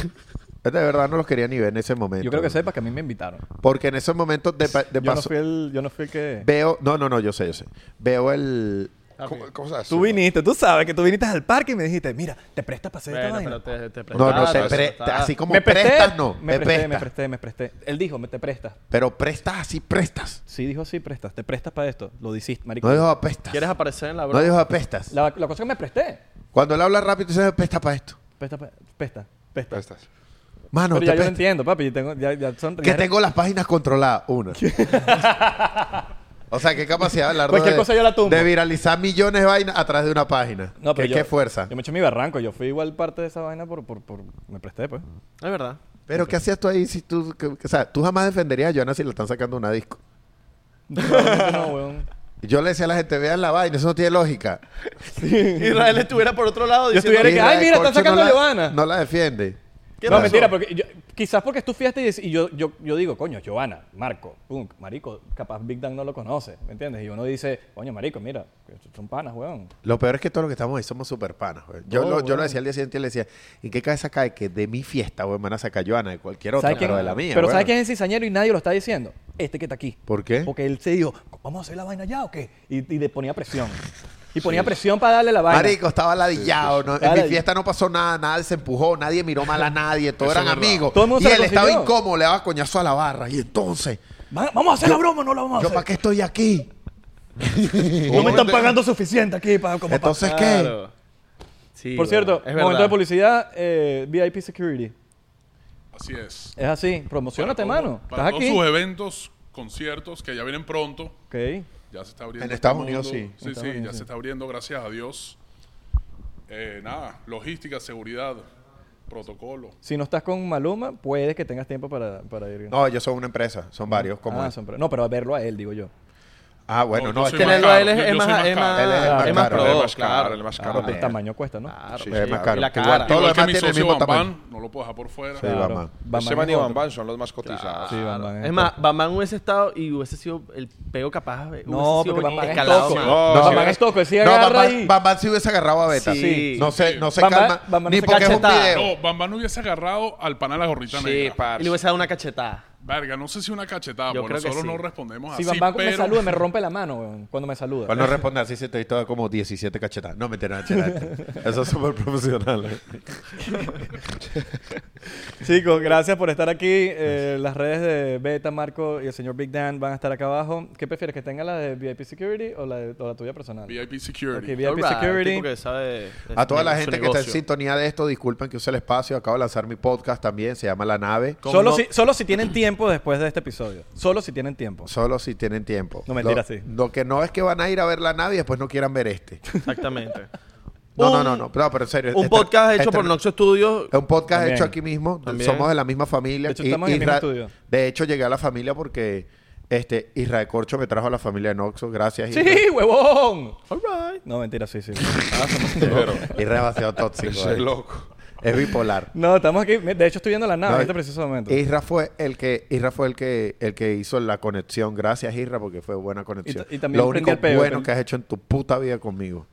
de verdad, no los quería ni ver en ese momento. Yo creo que sepas que a mí me invitaron. Porque en esos momentos de, pa- de Yo no paso. fui el, yo no fui el que... Veo. No, no, no, yo sé, yo sé. Veo el. ¿Cómo, cómo sabes? Tú viniste, tú sabes que tú viniste al parque y me dijiste, mira, te prestas para hacer esta Bueno, vaina. pero te, te No, no, prestaron, te te pre- te- prestaron. así como me presté, prestas, no. Me Me presté, me prestas. presté, me presté. Él dijo, me te prestas. Pero prestas así, prestas. Sí, dijo, sí, prestas. Te prestas para esto. Lo hiciste, marico. No dijo apestas. ¿Quieres aparecer en la No broma? dijo apestas. la, la cosa que me presté. Cuando él habla rápido, tú dices apesta para esto. Pesta, pe- pesta, pesta. Ahí estás. Mano, te Pero ya yo lo apesta. entiendo, papi. yo tengo- ya, ya son, Que ya- tengo las páginas controladas. Una. o sea, qué capacidad de Abelardo Cualquier de, cosa yo la tumbo. de viralizar millones de vainas a través de una página. No, pero qué, yo- qué fuerza. Yo me eché mi barranco. Yo fui igual parte de esa vaina por... por, por me presté, pues. Es verdad. Pero ¿qué hacías tú ahí si tú... que- que- o sea, tú jamás defenderías a Joana si le están sacando una disco. Probablemente no, weón. Yo le decía a la gente, vean la vaina, eso no tiene lógica. Israel estuviera por otro lado Yo diciendo... estuviera- Pero que, Isra ay, de mira, están Corcho sacando no a la- Giovanna. No la defiende. ¿Qué No, pasó? mentira, porque yo- quizás porque es tu fiesta y, es- y yo, yo, yo digo, coño, Giovanna, Marco, punk, marico, capaz Big Dan no lo conoce, ¿me entiendes? Y uno dice, coño, marico, mira, son panas, weón. Lo peor es que todos los que estamos ahí somos super panas. güey. Yo, Oh, lo, yo bueno. lo decía al día siguiente y le decía, ¿y qué cabeza cae que de mi fiesta, güey, me van a sacar Joana de cualquier otra, ¿Sabes pero quién- de la mía? pero güey? ¿sabes quién es el cizañero y nadie lo está diciendo? Este que está aquí. ¿Por qué? Porque él se dijo, vamos a hacer la vaina ya o qué? Y, y le ponía presión. Y ponía presión para darle la vaina. Marico, estaba ladillado. ¿no? Estaba En mi ladillado. fiesta no pasó nada, nadie se empujó, nadie miró mal a nadie, todos Eso eran es verdad. amigos. Todo el mundo y se él estaba reconcilió. incómodo, le daba coñazo a la barra. Y entonces, Va- Vamos a hacer la broma, o no la vamos a ¿yo hacer. para qué estoy aquí? No me están pagando suficiente aquí para como para- Entonces, ¿qué? Claro. Sí, Por weón, cierto, es momento verdad. de publicidad, eh, VIP Security. Así es. Es así, promocionate, Para todo- mano. Para Estás todos aquí. sus eventos, conciertos, que ya vienen pronto. Ok. Ya se está En abriendo. este Estados mundo. Unidos, sí. Sí, En Estados sí, Unidos, ya sí. se está abriendo, gracias a Dios. Eh, nada, logística, seguridad, protocolo. Si no estás con Maluma, puedes que tengas tiempo para, para ir. No, ellos son una empresa, son varios, como Ah, él. son pro- no, pero verlo a él, digo yo. Ah, bueno, no, yo es soy que en el caro, baile yo- es yo más- soy es caro. más- Él es el es más más caro, pro, él es más claro. caro, él es más caro. Claro. Ah, El tamaño cuesta, ¿no? Claro, Sí, sí, sí, es claro. más Y caro. la Igual todo cara. lo Igual que demás mi tiene el socio mismo Bambán, tamaño. no lo puedo dejar por fuera. Sí, Bambán. Ese es man y otro. Van Van son los más cotizados. Sí, Van Van Es más, Batman hubiese estado y hubiese sido el peo capaz. hubiese No, sido porque Batman es escalado toco. más. No, No, sí, Batman es- es toco. Él sí no, agarra Bambán- y... Bambán sí hubiese agarrado a Beta. Sí. No se, no se Bambán- calma. Bambán no ni se porque es un cachetada. video. No, Bambán no hubiese agarrado al pan a la gorrita Sí, negra. Y parce. le hubiese dado una cachetada. Verga, no sé si una cachetada, Yo porque creo que nosotros sí. no respondemos así, Si Van Van pero... me saluda, me rompe la mano, weón, cuando me saluda. Cuando responde así, se te he visto como 17 cachetadas. No, mentira, mentira. mentira. Eso es súper profesional. ¿eh? Chicos, gracias por estar aquí. Eh, las redes de Beta, Marco y el señor Big Dan van a estar acá abajo. ¿Qué prefieres? ¿Que tenga la de VIP Security o la, de- o la tuya personal? VIP Security. Ok, VIP Alright, Security. tipo que sabe de- de A toda su la gente que está en negocio. sintonía de esto, disculpen que use el espacio. Acabo de lanzar mi podcast también, se llama La Nave. Con Solo, no- si, solo si tienen tiempo después de este episodio. Solo si tienen tiempo. Solo si tienen tiempo. No, mentira, Lo- sí. Lo que no es que van a ir a ver La Nave y después no quieran ver este. Exactamente. No, Un- no, no, no, pero, pero en serio. Un este- podcast hecho este- por Noxo Studios. Es un podcast También. hecho aquí mismo. También. Somos de la misma familia. De hecho, estamos en el mismo Isra- estudio. De hecho, llegué a la familia porque este Israel Corcho me trajo a la familia de Noxo. Gracias, ¡Sí, huevón! Alright. No, mentira, sí, sí. Pero, Israel es demasiado tóxico. ese eh. es loco. Es bipolar. No, estamos aquí. De hecho, estoy viendo la nave No, en este preciso momento. Isra fue el que Isra fue el que el que hizo la conexión. Gracias, Isra, porque fue buena conexión. Y ta- y también Lo prendí único el peo, bueno prendí- que has hecho en tu puta vida conmigo.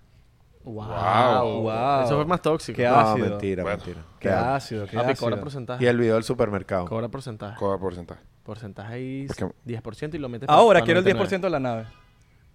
Wow. Wow. Eso fue más tóxico. Qué No, No, ácido. mentira, Bueno. mentira. Qué Te amo. ácido, qué Papi, ácido. cobra porcentaje. Y el video del supermercado. Cobra porcentaje. Cobra porcentaje. Porcentaje ahí Porque- 10% y lo metes para- Ahora para quiero el 10% 99. de la nave.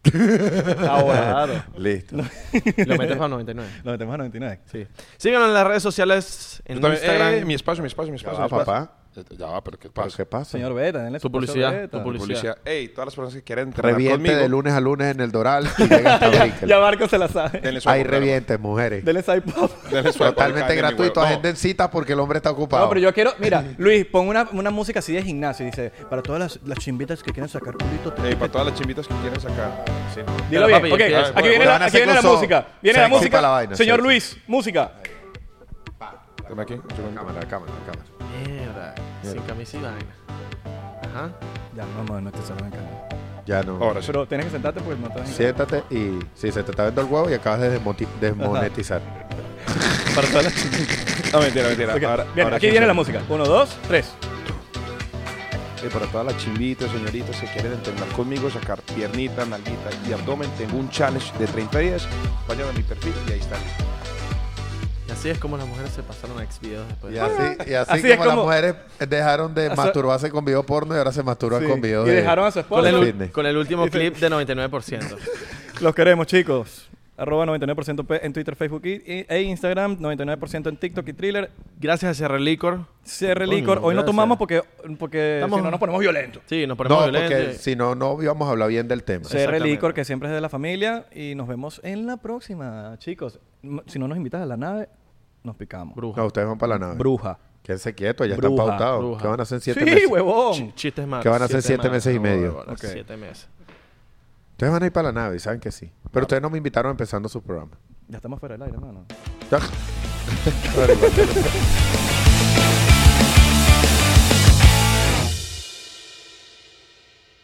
Ah, Ahora, claro. Listo. Lo metes para 99. Lo metemos a 99. Sí. Síganos en las redes sociales, en Yo también- Instagram. eh, mi espacio, mi espacio, mi Ya espacio. va, mi espacio. papá. Eh, Ya va, pero ¿qué ¿Pero pasa? ¿Qué pasa? Señor Beta, denle espacio Tu a publicidad, Beta. tu publicidad. Policía. Ey, todas las personas que quieren entrenar Reviente conmigo, de lunes a lunes en el Doral y llega hasta Brickell. Ya Marco se la sabe. denle su Hay aporte, hermano. revientes, mujeres. Denle side pop. Denle su aporte, Totalmente cállate, mi gratuito. huevo. No, Agenden citas porque el hombre está ocupado. No, pero yo quiero, mira, Luis, pon una, una música así de gimnasio y dice, para todas las, las chimbitas que quieren sacar culito. te- ey, para todas las chimbitas que quieren sacar. Sí. Dilo Pero, bien, papi, ok, empieza. aquí Bueno, viene, la, bueno, aquí viene la se cruzó. música, viene Se la copa música, la vaina, señor sí, sí. Luis, música. Dame aquí. un segundo. Cámara, cámara, cámara. Mierda. Sin camisa y vaina. Ajá. Ya, vamos, no te salgan acá. Ya no. Ahora, sí. Pero tienes que sentarte porque no te vas a encargar. Siéntate y si se te está viendo el huevo y acabas de desmoti- desmonetizar. Para todas las chimbitas. No, mentira, mentira. Ok, Ahora- Bien, ahora aquí sí, viene sí. la música. Uno, dos, tres. Y para todas las chimbitas, señoritas que quieren entrenar conmigo, sacar piernita, nalguita y abdomen, tengo un challenge de 30 días. Vayan a mi perfil y ahí está. Y así es como las mujeres se pasaron a ex videos después. Y así, y Pues, así, Así es como, las como- mujeres dejaron de Aso- masturbarse con video porno y ahora se masturban Sí, con video y de- dejaron a su esposa. Con el, de Este- ul- fitness. con el último clip de 99%. Los queremos, chicos. Arroba 99% P en Twitter, Facebook y- y- e Instagram, 99% en TikTok y Thriller. Gracias a Cerre Licor. Cierre Licor. Coño, Hoy no gracias. tomamos porque, porque Estamos- si no nos ponemos violentos. Sí, nos No, ponemos porque violentos. si no, no íbamos a hablar bien del tema. Sí. CR Exactamente. Licor, que siempre es de la familia. Y nos vemos en la próxima, chicos. M- Si no nos invitas a la nave, nos picamos. Bruja. No, ustedes van para la nave. Bruja. Quédense quietos, ya Bruja, están pautados. bruja. ¿Qué van a hacer en siete sí, meses? huevón. Chistes más. Que van a ser siete meses y medio. Ok. Siete meses. Ustedes van a ir para la nave, y saben que sí. Pero ustedes no me invitaron empezando su programa. Ya estamos fuera del aire, hermano.